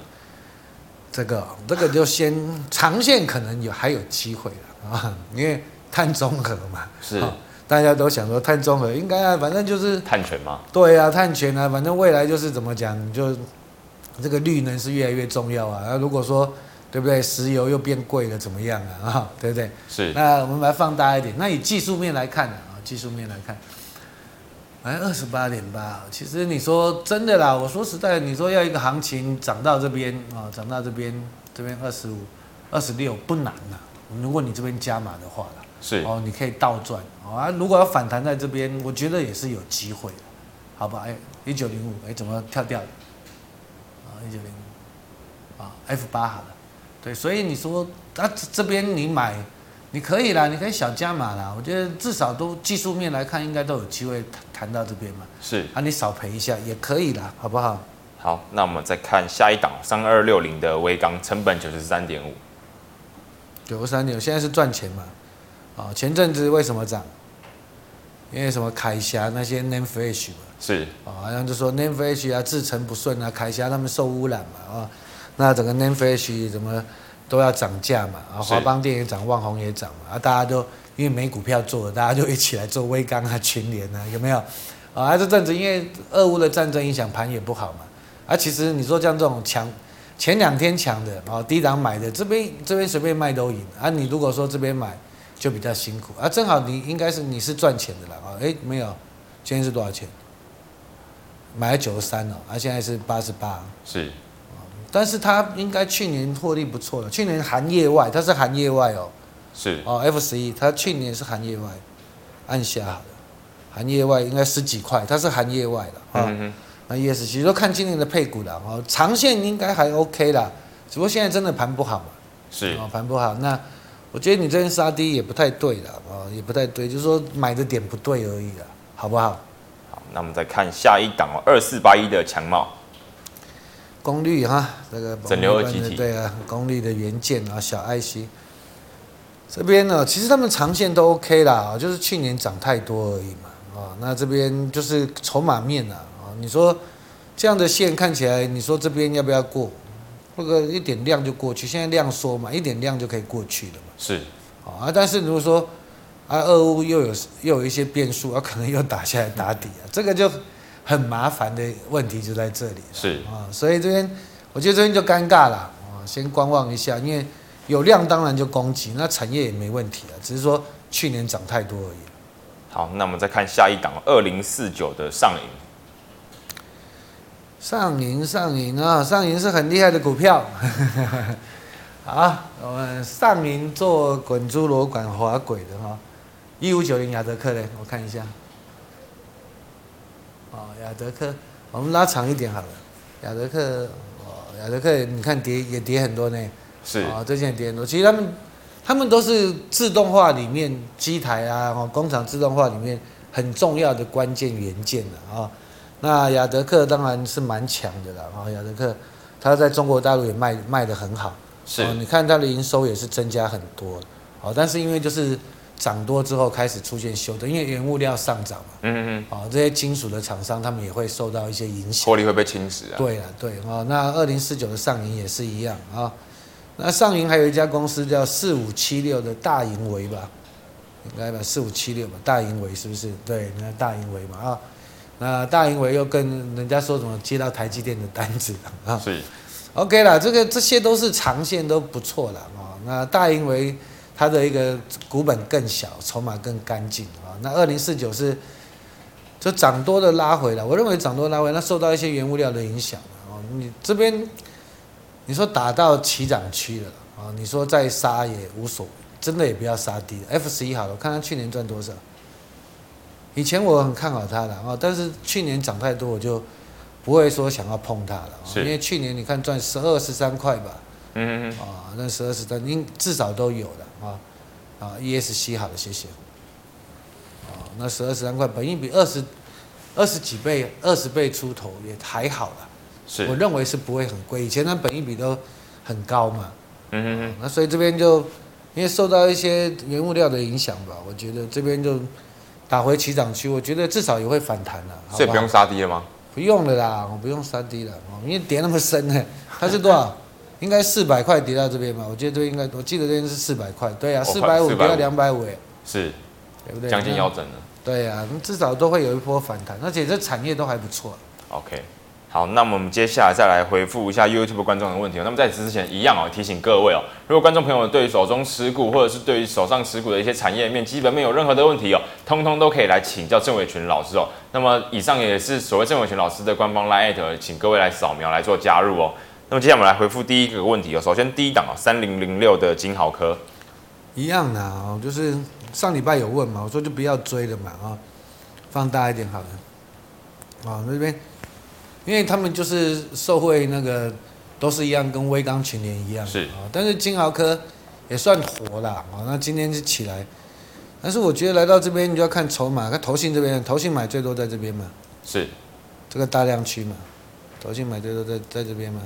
[SPEAKER 2] 这个哦这个就先长线可能有还有机会了啊，因为碳中和嘛，
[SPEAKER 1] 是
[SPEAKER 2] 哦大家都想说碳中和应该啊，反正就是
[SPEAKER 1] 探权吗？
[SPEAKER 2] 对啊，碳权啊，反正未来就是怎么讲，就这个绿能是越来越重要啊。那如果说对不对，石油又变贵了，怎么样啊？啊，对不对？
[SPEAKER 1] 是
[SPEAKER 2] 那我们把它放大一点，那以技术面来看呢啊，技术面来看，哎，二十八点八，其实你说真的啦，我说实在，你说要一个行情涨到这边啊，涨到这边，这边二十五、二十六不难呐、如果你这边加码的话啦，
[SPEAKER 1] 是
[SPEAKER 2] 哦，你可以倒赚哦啊，如果要反弹在这边，我觉得也是有机会的，好吧？哎，一九零五，哎，怎么跳掉了？啊，一九零五，啊，F 八好了，对，所以你说啊，这这边你买，你可以啦，你可以小加码啦，我觉得至少都技术面来看，应该都有机会谈谈到这边嘛，
[SPEAKER 1] 是。
[SPEAKER 2] 啊，你少赔一下也可以啦，好不好？
[SPEAKER 1] 好，那我们再看下一档三二六零的微钢，成本九十三点五，
[SPEAKER 2] 九十三点，现在是赚钱嘛？啊、前阵子为什么涨？因为什么凯霞那些 name flash 嘛。
[SPEAKER 1] 是
[SPEAKER 2] 啊、好像就说 Name Flash 啊，制程不顺啊，凯霞他们受污染嘛，啊、那整个 Name Flash 怎么都要涨价嘛，啊，
[SPEAKER 1] 是
[SPEAKER 2] 华邦电也涨，旺宏也涨嘛，啊，大家都因为没股票做了，大家就一起来做微钢啊、群联啊，有没有？啊，这阵子因为俄乌的战争影响盘也不好嘛，啊，其实你说像这种强，前两天强的啊、低档买的，这边这边随便卖都赢啊，你如果说这边买就比较辛苦啊，正好你应该是你是赚钱的啦啊，哎、没有，今天是多少钱？买了九十三哦，啊，现在是八十八，
[SPEAKER 1] 是
[SPEAKER 2] 但是它应该去年获利不错了，去年含业外，它是含业外哦，
[SPEAKER 1] 是
[SPEAKER 2] 哦 F 十一，它去年是含业外，按下好了，含业外应该十几块，它是含业外的啊、
[SPEAKER 1] 嗯哼，
[SPEAKER 2] 那 E S 其实都看今年的配股了哦，长线应该还 OK 啦，只不过现在真的盘不好嘛，
[SPEAKER 1] 是
[SPEAKER 2] 哦盘不好，那我觉得你这边杀低也不太对了哦，也不太对，就是说买的点不对而已了，好不好？
[SPEAKER 1] 好，那我们再看下一档哦，二四八一的强茂，
[SPEAKER 2] 功率哈，这个
[SPEAKER 1] 整流二极体
[SPEAKER 2] 对啊，功率的元件啊，小 IC。这边呢，其实他们长线都 OK 啦，就是去年涨太多而已嘛，啊、那这边就是筹码面啊，啊、你说这样的线看起来，你说这边要不要过？那个一点量就过去，现在量缩嘛，一点量就可以过去了嘛。
[SPEAKER 1] 是
[SPEAKER 2] 哦啊，但是如果说啊，俄乌又有又有一些变数啊，可能又打下来打底啊，这个就很麻烦的问题就在这里了。
[SPEAKER 1] 是
[SPEAKER 2] 啊、所以这边我觉得这边就尴尬了啊、先观望一下，因为有量当然就供给，那产业也没问题了，只是说去年涨太多而已。
[SPEAKER 1] 好，那我们再看下一档二零四九的上影，
[SPEAKER 2] 上银上银啊，上银是很厉害的股票。 好，我们上银做滚珠螺管滑轨的哈，一五九零雅德克嘞，我看一下。哦，雅德克，我们拉长一点好了。雅德克，哦，雅德克，你看跌也跌很多呢。
[SPEAKER 1] 是
[SPEAKER 2] 啊、最近也跌很多。其实他们他们都是自动化里面机台啊，哦，工厂自动化里面很重要的关键元件了啊、那雅德克当然是蛮强的啦，啊、雅德克它在中国大陆也卖卖得很好，
[SPEAKER 1] 是
[SPEAKER 2] 哦你看它的营收也是增加很多，哦，但是因为就是涨多之后开始出现修正，因为原物料上涨嘛，
[SPEAKER 1] 嗯嗯，
[SPEAKER 2] 哦，这些金属的厂商他们也会受到一些影响。
[SPEAKER 1] 获利会被侵蚀啊。
[SPEAKER 2] 对啊，对哦，那二零四九的上银也是一样啊、那上银还有一家公司叫四五七六的大银维吧，应该吧，四五七六吧，大银维是不是？对，那大银维嘛啊、那大银维又跟人家说什么接到台积电的单子啊、
[SPEAKER 1] 是
[SPEAKER 2] OK 啦，这个这些都是长线都不错啦啊、那大银为它的一个股本更小，筹码更干净啊。那二零四九是就涨多的拉回了，我认为涨多拉回，那受到一些原物料的影响啊。哦你这边你说打到起涨区了啊，你说再杀也无所谓，真的也不要杀低了。F 十一好了，我看它去年赚多少。以前我很看好它的啊，但是去年涨太多，我就不会说想要碰它了，哦
[SPEAKER 1] 是
[SPEAKER 2] 因为去年你看赚十二十三块吧，
[SPEAKER 1] 嗯嗯
[SPEAKER 2] 啊，那十二十单应至少都有了啊啊，ESC 好了，谢谢。啊，那十二十三块，本应比二十二十几倍、二十倍出头也还好了，
[SPEAKER 1] 是
[SPEAKER 2] 我认为是不会很贵。以前它本应比都很高嘛，
[SPEAKER 1] 嗯嗯
[SPEAKER 2] 那所以这边就因为受到一些原物料的影响吧，我觉得这边就打回起涨区，我觉得至少也会反弹了，好
[SPEAKER 1] 所以
[SPEAKER 2] 不
[SPEAKER 1] 不
[SPEAKER 2] 好
[SPEAKER 1] 用？杀低了吗？
[SPEAKER 2] 不用了啦，我不用三 D 了，哦因为跌那么深呢，它是多少？应该四百块跌到这边吧？我觉得这边应该，我记得这边是四百块，对啊，
[SPEAKER 1] 哦
[SPEAKER 2] 四百五
[SPEAKER 1] 450
[SPEAKER 2] 跌到两百五，
[SPEAKER 1] 是
[SPEAKER 2] 对不对？
[SPEAKER 1] 将近腰斩了。
[SPEAKER 2] 对啊，那至少都会有一波反弹，而且这产业都还不错。
[SPEAKER 1] OK，好，那么我们接下来再来回复一下 YouTube 观众的问题哦。那么在此之前，一样哦，提醒各位哦，如果观众朋友对于手中持股或者是对于手上持股的一些产业面、基本面有任何的问题哦，通通都可以来请教郑伟群老师哦。那么以上也是所谓郑伟群老师的官方 Line，请各位来扫描来做加入哦。那么接下来我们来回复第一个问题哦。首先第一档哦，三零零六的金豪科，
[SPEAKER 2] 一样的啊，就是上礼拜有问嘛，我说就不要追了嘛啊、放大一点好了。啊、那边，因为他们就是受惠那个都是一样，跟微钢群联一样
[SPEAKER 1] 是
[SPEAKER 2] 啊、但是金豪科也算活啦啊、那今天是起来，但是我觉得来到这边你就要看筹码，看投信这边，投信买最多在这边嘛，
[SPEAKER 1] 是
[SPEAKER 2] 这个大量区嘛，投信买最多在在这边嘛，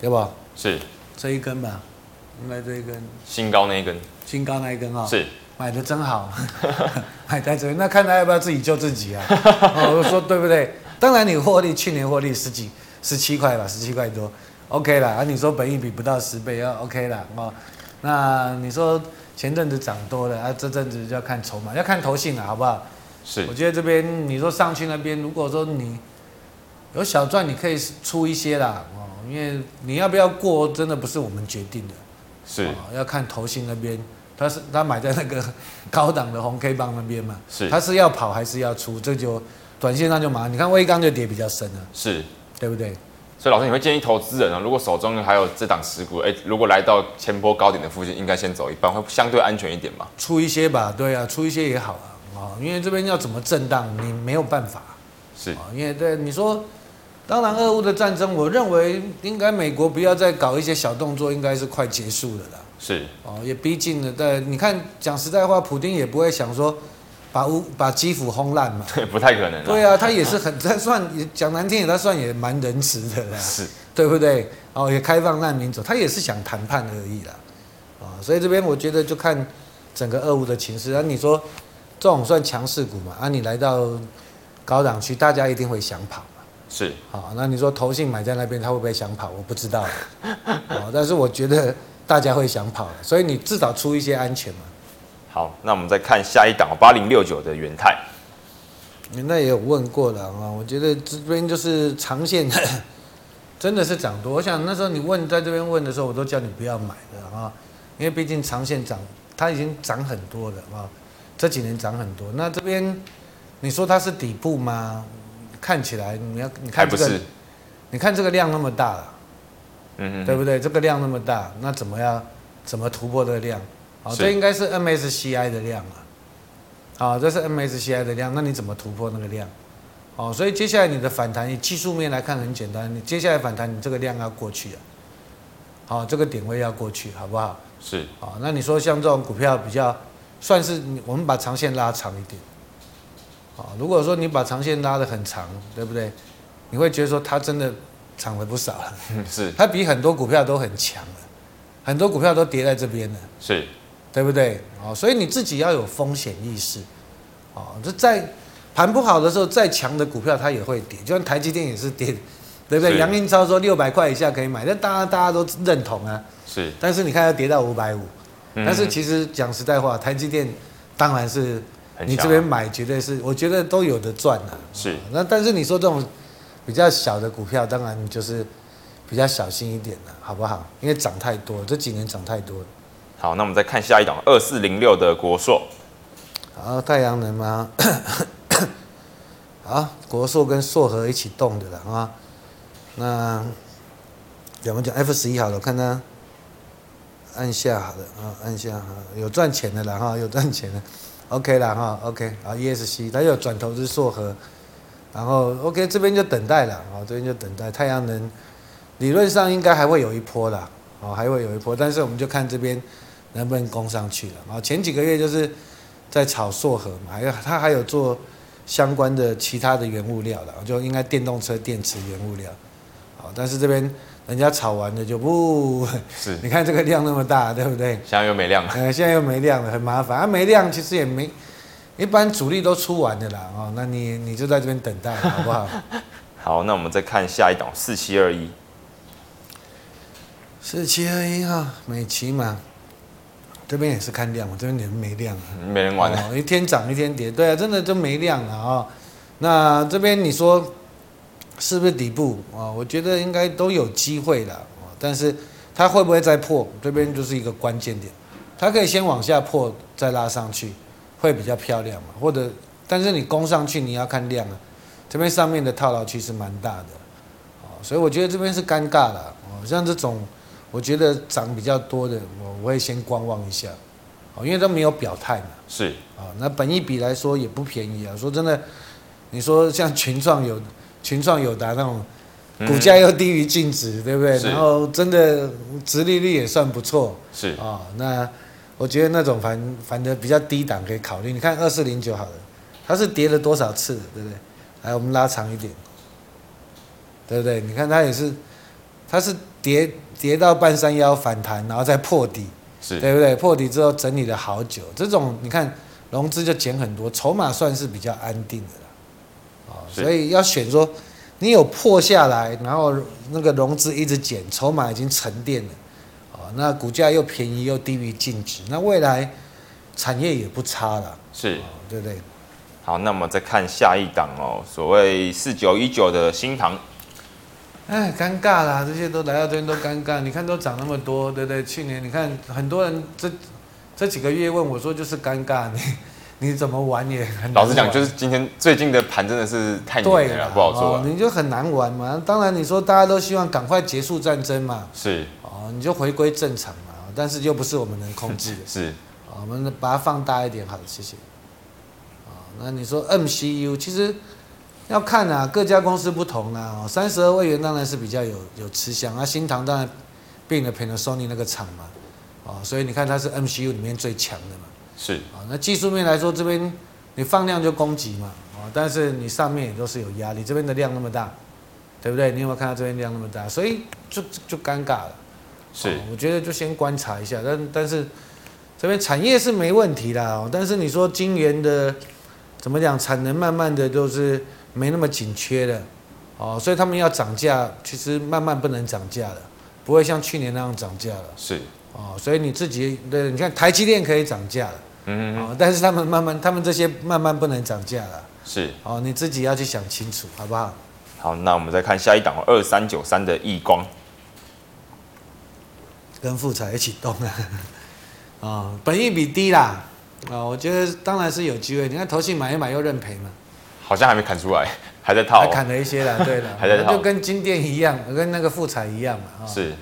[SPEAKER 2] 对吧？
[SPEAKER 1] 是
[SPEAKER 2] 这一根吧，应该这一根
[SPEAKER 1] 新高那一根，
[SPEAKER 2] 新高那一根啊、
[SPEAKER 1] 是
[SPEAKER 2] 买的真好， 买在这边，那看他要不要自己救自己啊？ 哦、我说对不对？当然，你获利去年获利十几十七块吧，十七块多，OK 啦。啊，你说本益比不到十倍啊，OK 啦。哦，那你说前阵子涨多了啊，这阵子就要看筹码，要看投信了，啊好不好？
[SPEAKER 1] 是
[SPEAKER 2] 我觉得这边你说上去那边，如果说你有小赚，你可以出一些啦，哦，因为你要不要过，真的不是我们决定的。
[SPEAKER 1] 是
[SPEAKER 2] 哦要看投信那边，他是他买在那个 高档的红 K 棒那边嘛，
[SPEAKER 1] 是
[SPEAKER 2] 他是要跑还是要出，这就短线上就麻烦。你看微刚就跌比较深了，
[SPEAKER 1] 是。
[SPEAKER 2] 对不对？
[SPEAKER 1] 所以老师，你会建议投资人啊，如果手中还有这档持股，哎、如果来到前波高点的附近，应该先走一半，会相对安全一点嘛？
[SPEAKER 2] 出一些吧，对啊，出一些也好啊，哦，因为这边要怎么震荡，你没有办法
[SPEAKER 1] 是
[SPEAKER 2] 啊、哦，因为对你说。当然，俄乌的战争，我认为应该美国不要再搞一些小动作，应该是快结束了啦。
[SPEAKER 1] 是
[SPEAKER 2] 哦，也逼近了。但你看，讲实在话，普丁也不会想说把乌把基辅轰烂嘛。
[SPEAKER 1] 对，不太可能啊。
[SPEAKER 2] 对啊，他也是很，他算也讲难听点，他算也蛮仁慈的啦，
[SPEAKER 1] 是
[SPEAKER 2] 对不对？哦，也开放难民走，他也是想谈判而已啦，啊、所以这边我觉得就看整个俄乌的情势。啊，你说这种算强势股嘛？啊，你来到高档区，大家一定会想跑嘛。
[SPEAKER 1] 是
[SPEAKER 2] 好、那你说投信买在那边，他会不会想跑？我不知道，哦，但是我觉得大家会想跑，所以你至少出一些安全嘛。
[SPEAKER 1] 好，那我们再看下一档八零六九的元泰，
[SPEAKER 2] 那也有问过了啊，我觉得这边就是长线 真的是涨多。我想那时候你问在这边问的时候，我都叫你不要买的啊，因为毕竟长线涨，它已经涨很多了啊，这几年涨很多。那这边你说它是底部吗？看起来你要你
[SPEAKER 1] 还
[SPEAKER 2] 看
[SPEAKER 1] 不
[SPEAKER 2] 这个
[SPEAKER 1] 是
[SPEAKER 2] 你看这个量那么大了，
[SPEAKER 1] 嗯
[SPEAKER 2] 对不对？这个量那么大，那怎么样？怎么突破这个量？好，
[SPEAKER 1] 是
[SPEAKER 2] 这应该是 MSCI 的量了。好，这是 MSCI 的量，那你怎么突破那个量？哦，所以接下来你的反弹，以技术面来看很简单，你接下来反弹，你这个量要过去啊，好，这个点位要过去，好不好？
[SPEAKER 1] 哼，是
[SPEAKER 2] 好，那你说像这种股票比较算是你我们把长线拉长一点，好，如果说你把长线拉得很长，对不对？你会觉得说它真的涨了不少了。
[SPEAKER 1] 嗯是
[SPEAKER 2] 它比很多股票都很强了，很多股票都跌在这边了，
[SPEAKER 1] 是
[SPEAKER 2] 对不对？哦，所以你自己要有风险意识，哦，就在盘不好的时候，再强的股票它也会跌，就像台积电也是跌，对不对？
[SPEAKER 1] 是
[SPEAKER 2] 杨英超说六百块以下可以买，那当然大家都认同啊，
[SPEAKER 1] 是，
[SPEAKER 2] 但是你看它跌到五百五，
[SPEAKER 1] 嗯
[SPEAKER 2] 但是其实讲实在话，台积电当然是
[SPEAKER 1] 很
[SPEAKER 2] 你
[SPEAKER 1] 强啊
[SPEAKER 2] 这边买绝对是，我觉得都有的赚啊。
[SPEAKER 1] 是
[SPEAKER 2] 那但是你说这种比较小的股票，当然你就是比较小心一点了，好不好？因为涨太多，这几年涨太多了。
[SPEAKER 1] 好，那我们再看下一档二四零六的国硕，
[SPEAKER 2] 好，太阳能嘛， 好，国硕跟硕和一起动的了啊。那怎么讲 F 十一好了，我看它按下好了啊，按下好了有赚钱的了哈，有赚钱的，OK 了哈，OK 好 ESC 它又转投资硕和，然后 OK 这边就等待了啊，这边就等待太阳能，理论上应该还会有一波啦，哦还会有一波，但是我们就看这边能不能攻上去了啊。前几个月就是在炒硕和嘛，还有它还有做相关的其他的原物料了，就应该电动车电池原物料。好，但是这边人家炒完了就不，
[SPEAKER 1] 是
[SPEAKER 2] 你看这个量那么大，对不对？
[SPEAKER 1] 现在又没量了，
[SPEAKER 2] 呃，现在又没量了，很麻烦。啊，没量其实也没，一般主力都出完的啦，哦，那你你就在这边等待，好不好？
[SPEAKER 1] 好，那我们再看下一档四七二一，
[SPEAKER 2] 四七二一哈，美琪嘛，这边也是看量，我这边也是没量啊。
[SPEAKER 1] 没人玩了，
[SPEAKER 2] 哦，一天涨一天跌，对啊，真的就没量了啊、那这边你说是不是底部啊、我觉得应该都有机会了、哦，但是它会不会再破，这边就是一个关键点。它可以先往下破，再拉上去，会比较漂亮嘛？或者，但是你攻上去，你要看量啊。这边上面的套牢区是蛮大的，哦，所以我觉得这边是尴尬了。哦，像这种我觉得涨比较多的，我我会先观望一下，哦，因为都没有表态嘛。
[SPEAKER 1] 是
[SPEAKER 2] 啊，那本益比来说也不便宜啊。说真的，你说像群创有群创有达那种，股价又低于净值，对不对？
[SPEAKER 1] 嗯是
[SPEAKER 2] 然后真的殖利率也算不错
[SPEAKER 1] 是
[SPEAKER 2] 啊、那我觉得那种反反正比较低档可以考虑。你看二四零九好了，它是跌了多少次，对不对？来，我们拉长一点，对不对？你看它也是，它是跌跌到半山腰反弹，然后再破底。
[SPEAKER 1] 是
[SPEAKER 2] 对不对？破底之后整理了好久，这种你看融资就减很多，筹码算是比较安定的了。哦，
[SPEAKER 1] 是
[SPEAKER 2] 所以要选说你有破下来，然后那个融资一直减，筹码已经沉淀了，哦，那股价又便宜又低于净值，那未来产业也不差了，
[SPEAKER 1] 是
[SPEAKER 2] 哦，对不对？
[SPEAKER 1] 好，那我们再看下一档哦，所谓四九一九的新塘，
[SPEAKER 2] 哎，尴尬啦，这些都来到这边都尴尬。你看都涨那么多，对不对？去年你看很多人这这几个月问我说，就是尴尬，你你怎么玩也很难玩
[SPEAKER 1] 老实讲，就是今天最近的盘真的是太
[SPEAKER 2] 对
[SPEAKER 1] 黏了
[SPEAKER 2] 啦
[SPEAKER 1] 啦，不好做啊
[SPEAKER 2] 哦
[SPEAKER 1] 了，
[SPEAKER 2] 你就很难玩嘛。当然你说大家都希望赶快结束战争嘛，
[SPEAKER 1] 是。
[SPEAKER 2] 哦，你就回归正常嘛，哦但是又不是我们能控制的
[SPEAKER 1] 是
[SPEAKER 2] 哦我们把它放大一点，好了，谢谢。哦，那你说 MCU 其实要看啊，各家公司不同啦、哦，三十二位元当然是比较有有吃香啊，新唐当然并了 Panasonic 那个厂嘛，哦，所以你看它是 MCU 里面最强的嘛。
[SPEAKER 1] 是
[SPEAKER 2] 啊，那技术面来说，这边你放量就供给嘛，啊，但是你上面也都是有压力，这边的量那么大，对不对？你有没有看到这边量那么大？所以就就就尴尬了。
[SPEAKER 1] 是
[SPEAKER 2] 哦，我觉得就先观察一下，但但是这边产业是没问题啦，哦但是你说晶圆的怎么讲，产能慢慢的就是没那么紧缺了，哦，所以他们要涨价，其实慢慢不能涨价了，不会像去年那样涨价了，
[SPEAKER 1] 是，
[SPEAKER 2] 哦，所以你自己对，你看台积电可以涨价了。
[SPEAKER 1] 嗯
[SPEAKER 2] 哦，但是他们慢慢，他们这些慢慢不能涨价了。
[SPEAKER 1] 是。
[SPEAKER 2] 哦，你自己要去想清楚，好不好？
[SPEAKER 1] 好，那我们再看下一档哦二三九三的易光，
[SPEAKER 2] 跟富彩一起动 啊。啊、本益比低啦。哦啊、我觉得当然是有机会。你看投信买一买又认赔嘛。
[SPEAKER 1] 好像还没看出来， 还在套
[SPEAKER 2] 还
[SPEAKER 1] 哦，
[SPEAKER 2] 砍了一些啦，对了，
[SPEAKER 1] 还在
[SPEAKER 2] 那
[SPEAKER 1] 套
[SPEAKER 2] 就跟金店一样，跟那个富彩一样嘛，啊、
[SPEAKER 1] 是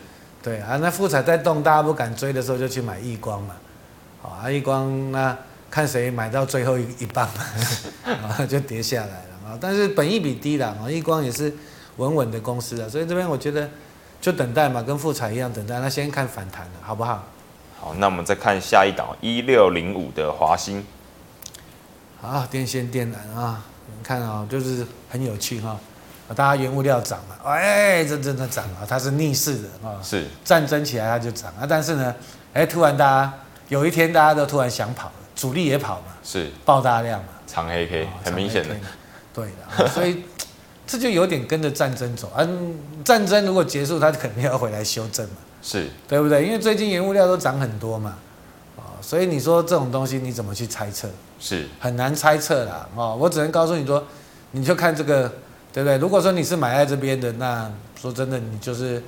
[SPEAKER 2] 对啊，那富彩在动，大家不敢追的时候，就去买易光嘛。好、啊，易光那看谁买到最后一一棒 嘛，啊，就跌下来了啊。但是本益比低了啊，易光也是稳稳的公司啊，所以这边我觉得就等待嘛，跟富彩一样等待，那先看反弹了，好不好？
[SPEAKER 1] 好，那我们再看下一档哦一六零五的华兴，
[SPEAKER 2] 啊，电线电缆啊，你看啊、就是很有趣哈、啊，大家原物料涨了，哎，这真的涨啊，它是逆势的啊，
[SPEAKER 1] 是
[SPEAKER 2] 战争起来它就涨啊，但是呢，哎，突然大家有一天大家都突然想跑了，主力也跑嘛，
[SPEAKER 1] 是
[SPEAKER 2] 爆大量嘛，
[SPEAKER 1] 长黑 K，
[SPEAKER 2] 啊
[SPEAKER 1] 很明显的，，
[SPEAKER 2] 对的，啊所以这就有点跟着战争走啊。嗯战争如果结束，它肯定要回来修正嘛，
[SPEAKER 1] 是
[SPEAKER 2] 对不对？因为最近原物料都涨很多嘛，啊，所以你说这种东西你怎么去猜测？
[SPEAKER 1] 是
[SPEAKER 2] 很难猜测啦，哦，我只能告诉你说，你就看这个，对不对？如果说你是买在这边的，那说真的，你就是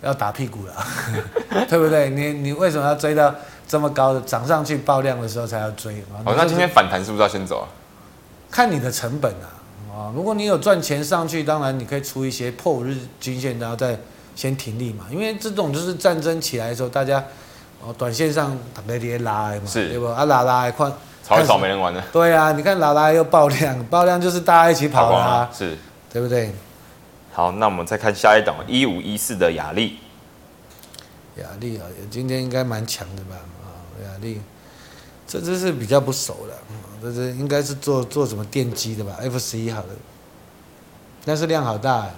[SPEAKER 2] 要打屁股了， 对不对？你你为什么要追到这么高的涨上去爆量的时候才要追？哦
[SPEAKER 1] 好，
[SPEAKER 2] 就
[SPEAKER 1] 那
[SPEAKER 2] 是
[SPEAKER 1] 今天反弹是不是要先走啊？
[SPEAKER 2] 看你的成本啊，哦，如果你有赚钱上去，当然你可以出一些破五日均线，然后再先停利嘛，因为这种就是战争起来的时候，大家哦短线上打个跌拉的嘛，
[SPEAKER 1] 是
[SPEAKER 2] 对不？啊拉拉的看。
[SPEAKER 1] 炒一炒没人玩了，
[SPEAKER 2] 对啊，你看拉拉又爆量，爆量就是大家一起跑啦、
[SPEAKER 1] 光了，是。
[SPEAKER 2] 对不对？
[SPEAKER 1] 好，那我们再看下一档一五一四的雅丽，
[SPEAKER 2] 雅丽啊，今天应该蛮强的吧？啊，雅丽，这只是比较不熟了，嗯这只应该是做做什么电机的吧？F 十一好了，但是量好大啊、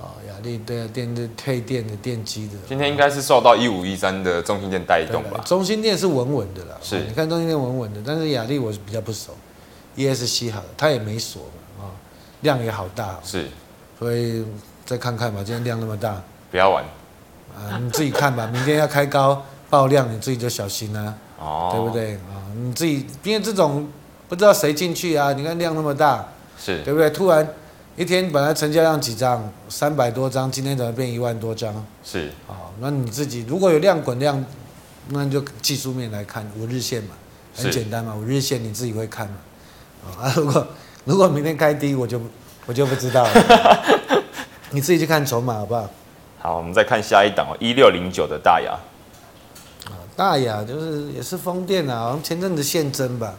[SPEAKER 2] 哦，雅丽对啊，电的退电的电机的，
[SPEAKER 1] 今天应该是受到一五一三的中心店带动
[SPEAKER 2] 对啦
[SPEAKER 1] 吧？
[SPEAKER 2] 中心店是稳稳的啦，哦
[SPEAKER 1] 是
[SPEAKER 2] 你看中心店稳稳的，但是雅丽我是比较不熟，ESC 好了，它也没锁嘛，啊、量也好大哦、
[SPEAKER 1] 是，
[SPEAKER 2] 所以再看看吧，今天量那么大，啊、
[SPEAKER 1] 不要玩
[SPEAKER 2] 你自己看吧，明天要开高爆量，你自己就小心啦、
[SPEAKER 1] 哦，
[SPEAKER 2] 对不？对啊、你自己因为这种不知道谁进去啊，你看量那么大，
[SPEAKER 1] 是
[SPEAKER 2] 对不对？突然一天本来成交量几张，三百多张，今天怎么变一万多张？
[SPEAKER 1] 是
[SPEAKER 2] 哦，那你自己如果有量滚量，那你就技术面来看五日线嘛，很
[SPEAKER 1] 是
[SPEAKER 2] 简单嘛，五日线你自己会看嘛。哦、啊，如 果如果明天开低，我就我就不知道了， 你自己去看筹码好不好？
[SPEAKER 1] 好，我们再看下一档一六零九的大雅，
[SPEAKER 2] 啊，大雅就是也是风电啊，好像前阵子现增吧，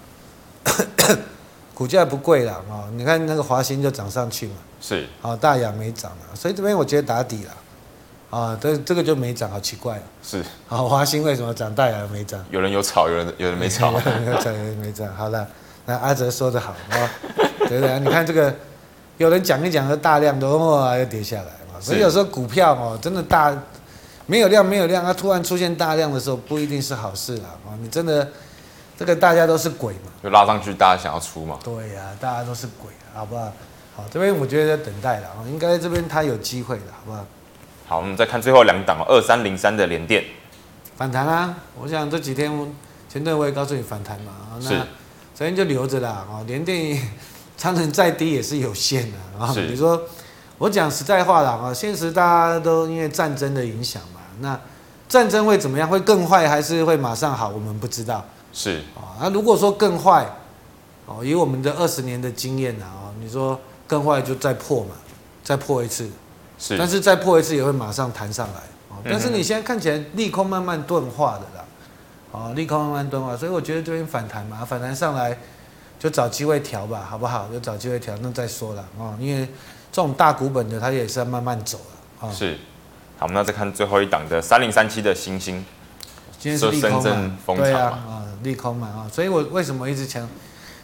[SPEAKER 2] 股价不贵啦，哦，你看那个华兴就涨上去嘛，
[SPEAKER 1] 是
[SPEAKER 2] 哦，大雅没涨啊，所以这边我觉得打底了，啊、这这个就没涨，好奇怪啊，
[SPEAKER 1] 是，
[SPEAKER 2] 好、华兴为什么涨，大雅没涨？，
[SPEAKER 1] 有人有炒，有人有人没炒
[SPEAKER 2] 没涨没涨，好了，那阿哲说的好哦，对不对？你看这个，有人讲一讲，就大量的哦，又跌下来嘛。所以
[SPEAKER 1] 是
[SPEAKER 2] 有时候股票哦，真的大没有量没有量，它突然出现大量的时候，不一定是好事啦。哦，你真的这个大家都是鬼嘛。
[SPEAKER 1] 就拉上去，大家想要出嘛？
[SPEAKER 2] 对呀、大家都是鬼，好不好？好，这边我觉得等待了，哦应该这边它有机会了，好不好？
[SPEAKER 1] 好，我们再看最后两档二三零三的联电，
[SPEAKER 2] 反弹啊！我想这几天我前段我也告诉你反弹嘛，啊那
[SPEAKER 1] 是
[SPEAKER 2] 昨天就留着啦，哦，连电长能再低也是有限的啊。
[SPEAKER 1] 是
[SPEAKER 2] 你说我讲实在话啦，啊，现实大家都因为战争的影响嘛，那战争会怎么样？会更坏还是会马上好？我们不知道
[SPEAKER 1] 是
[SPEAKER 2] 啊。那如果说更坏，哦，以我们的二十年的经验呐，哦，你说更坏就再破嘛，再破一次，
[SPEAKER 1] 是
[SPEAKER 2] 但是再破一次也会马上弹上来。哦
[SPEAKER 1] 嗯
[SPEAKER 2] 但是你现在看起来利空慢慢钝化的啦，哦，利空慢慢钝化，所以我觉得这边反弹嘛，反弹上来就找机会调吧，好不好？就找机会调，那再说了哦，因为这种大股本的它也是要慢慢走了啊、哦。
[SPEAKER 1] 是。好，我们那再看最后一档的三零三七的星星，
[SPEAKER 2] 今天是利
[SPEAKER 1] 就
[SPEAKER 2] 空
[SPEAKER 1] 深圳
[SPEAKER 2] 嘛，
[SPEAKER 1] 封
[SPEAKER 2] 对
[SPEAKER 1] 场
[SPEAKER 2] 啊，
[SPEAKER 1] 嘛
[SPEAKER 2] 啊、利空嘛啊、哦所以我为什么一直强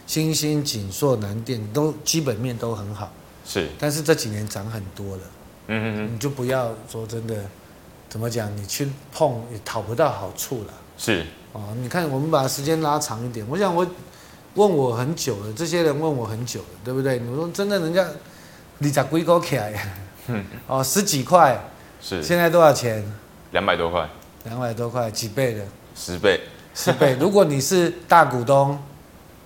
[SPEAKER 2] 新兴、锦硕、南电都基本面都很好，
[SPEAKER 1] 是，
[SPEAKER 2] 但是这几年涨很多了。
[SPEAKER 1] 嗯嗯嗯，
[SPEAKER 2] 你就不要说真的，怎么讲？你去碰也讨不到好处了。
[SPEAKER 1] 是
[SPEAKER 2] 哦，你看，我们把时间拉长一点。我想我问我很久了，这些人问我很久了，对不对？你说真的，人家你咋龟高起来？哦，十几块，
[SPEAKER 1] 是，
[SPEAKER 2] 现在多少钱？
[SPEAKER 1] 两百多块，
[SPEAKER 2] 两百多块，几倍的，
[SPEAKER 1] 十倍，
[SPEAKER 2] 十倍。如果你是大股东，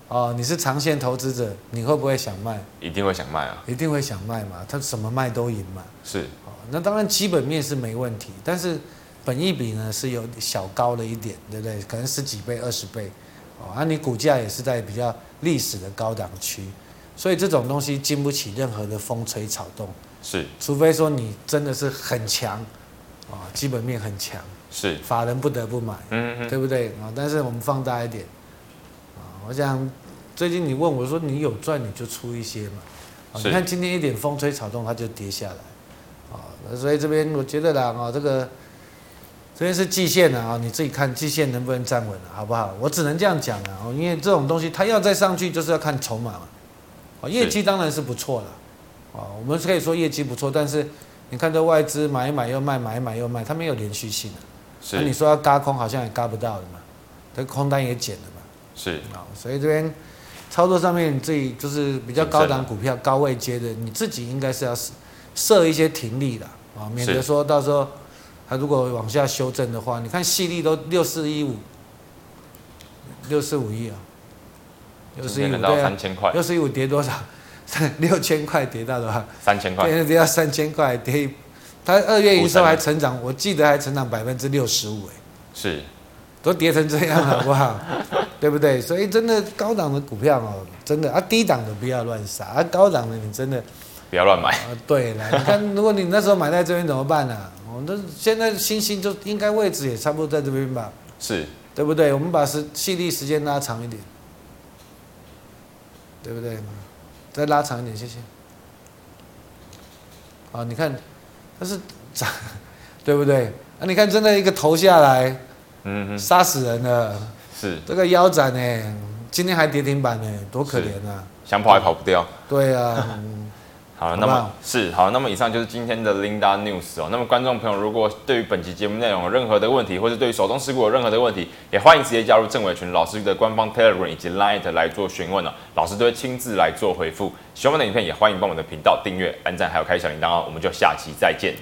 [SPEAKER 2] 哦，你是长线投资者，你会不会想卖？
[SPEAKER 1] 一定会想卖啊，
[SPEAKER 2] 一定会想卖嘛，他什么卖都赢嘛。
[SPEAKER 1] 是
[SPEAKER 2] 哦，那当然基本面是没问题，但是本益比呢是有小高了一点，对不对？可啊能十几倍、二十倍，哦，那、你股价也是在比较历史的高档区，所以这种东西经不起任何的风吹草动，
[SPEAKER 1] 是
[SPEAKER 2] 除非说你真的是很强，啊，基本面很强，
[SPEAKER 1] 是，
[SPEAKER 2] 法人不得不买，
[SPEAKER 1] 嗯嗯嗯，
[SPEAKER 2] 对不对啊？但是我们放大一点，啊，我想最近你问我说你有赚你就出一些嘛，啊，
[SPEAKER 1] 是
[SPEAKER 2] 你看今天一点风吹草动它就跌下来，啊，那所以这边我觉得啦，啊，这个这边是季线了啊，你自己看季线能不能站稳了，好不好？我只能这样讲啊，因为这种东西它要再上去就是要看筹码嘛，啊，业绩当然是不错了，啊，我们可以说业绩不错，但是你看这外资买一买又卖，买一买又卖，它没有连续性啊。那你
[SPEAKER 1] 是
[SPEAKER 2] 说要嘎空，好像也嘎不到的嘛，这空单也减了嘛，
[SPEAKER 1] 是
[SPEAKER 2] 啊，所以这边操作上面你自己就是比较高档股票、高位接的，你自己应该是要设设一些停利的啊，免得
[SPEAKER 1] 是
[SPEAKER 2] 说到时候它如果往下修正的话，你看细粒都六四一五，六四五一啊，六四
[SPEAKER 1] 今
[SPEAKER 2] 一
[SPEAKER 1] 天能
[SPEAKER 2] 五
[SPEAKER 1] 到
[SPEAKER 2] 对啊
[SPEAKER 1] 三，千块，
[SPEAKER 2] 六四一五跌多少？ 六千块跌到多少？
[SPEAKER 1] 三千块，
[SPEAKER 2] 对，跌到三千块，跌一，它二月营收还成长，我记得还成长百分之六十五，哎，
[SPEAKER 1] 是
[SPEAKER 2] 都跌成这样， 好不好？对不对？所以真的高档的股票哦，真的啊，低档的不要乱杀啊，高档的你真的
[SPEAKER 1] 不要乱买，
[SPEAKER 2] 啊，对了，你看， 如果你那时候买在这边怎么办呢、啊？我们都现在星星就应该位置也差不多在这边吧，
[SPEAKER 1] 是
[SPEAKER 2] 对不对？我们把时细粒时间拉长一点，对不对？再拉长一点，谢谢。啊，你看，它是 涨，对不对？啊，你看真的一个头下来，
[SPEAKER 1] 嗯嗯
[SPEAKER 2] 杀死人了，
[SPEAKER 1] 是，
[SPEAKER 2] 这个腰斩呢、今天还跌停板呢、多可怜啊！
[SPEAKER 1] 想跑也跑不掉。
[SPEAKER 2] 对啊，嗯
[SPEAKER 1] 好，
[SPEAKER 2] 好不
[SPEAKER 1] 那么
[SPEAKER 2] 好
[SPEAKER 1] 是好，那么以上就是今天的 Linda News 哦。那么观众朋友，如果对于本期节目内容有任何的问题，或是对于手中持股有任何的问题，也欢迎直接加入郑伟群老师的官方 Telegram 以及 Line 来做询问哦，老师都会亲自来做回复。喜欢我们的影片，也欢迎帮我们的频道订阅、按赞，还有开小铃铛哦。我们就下期再见。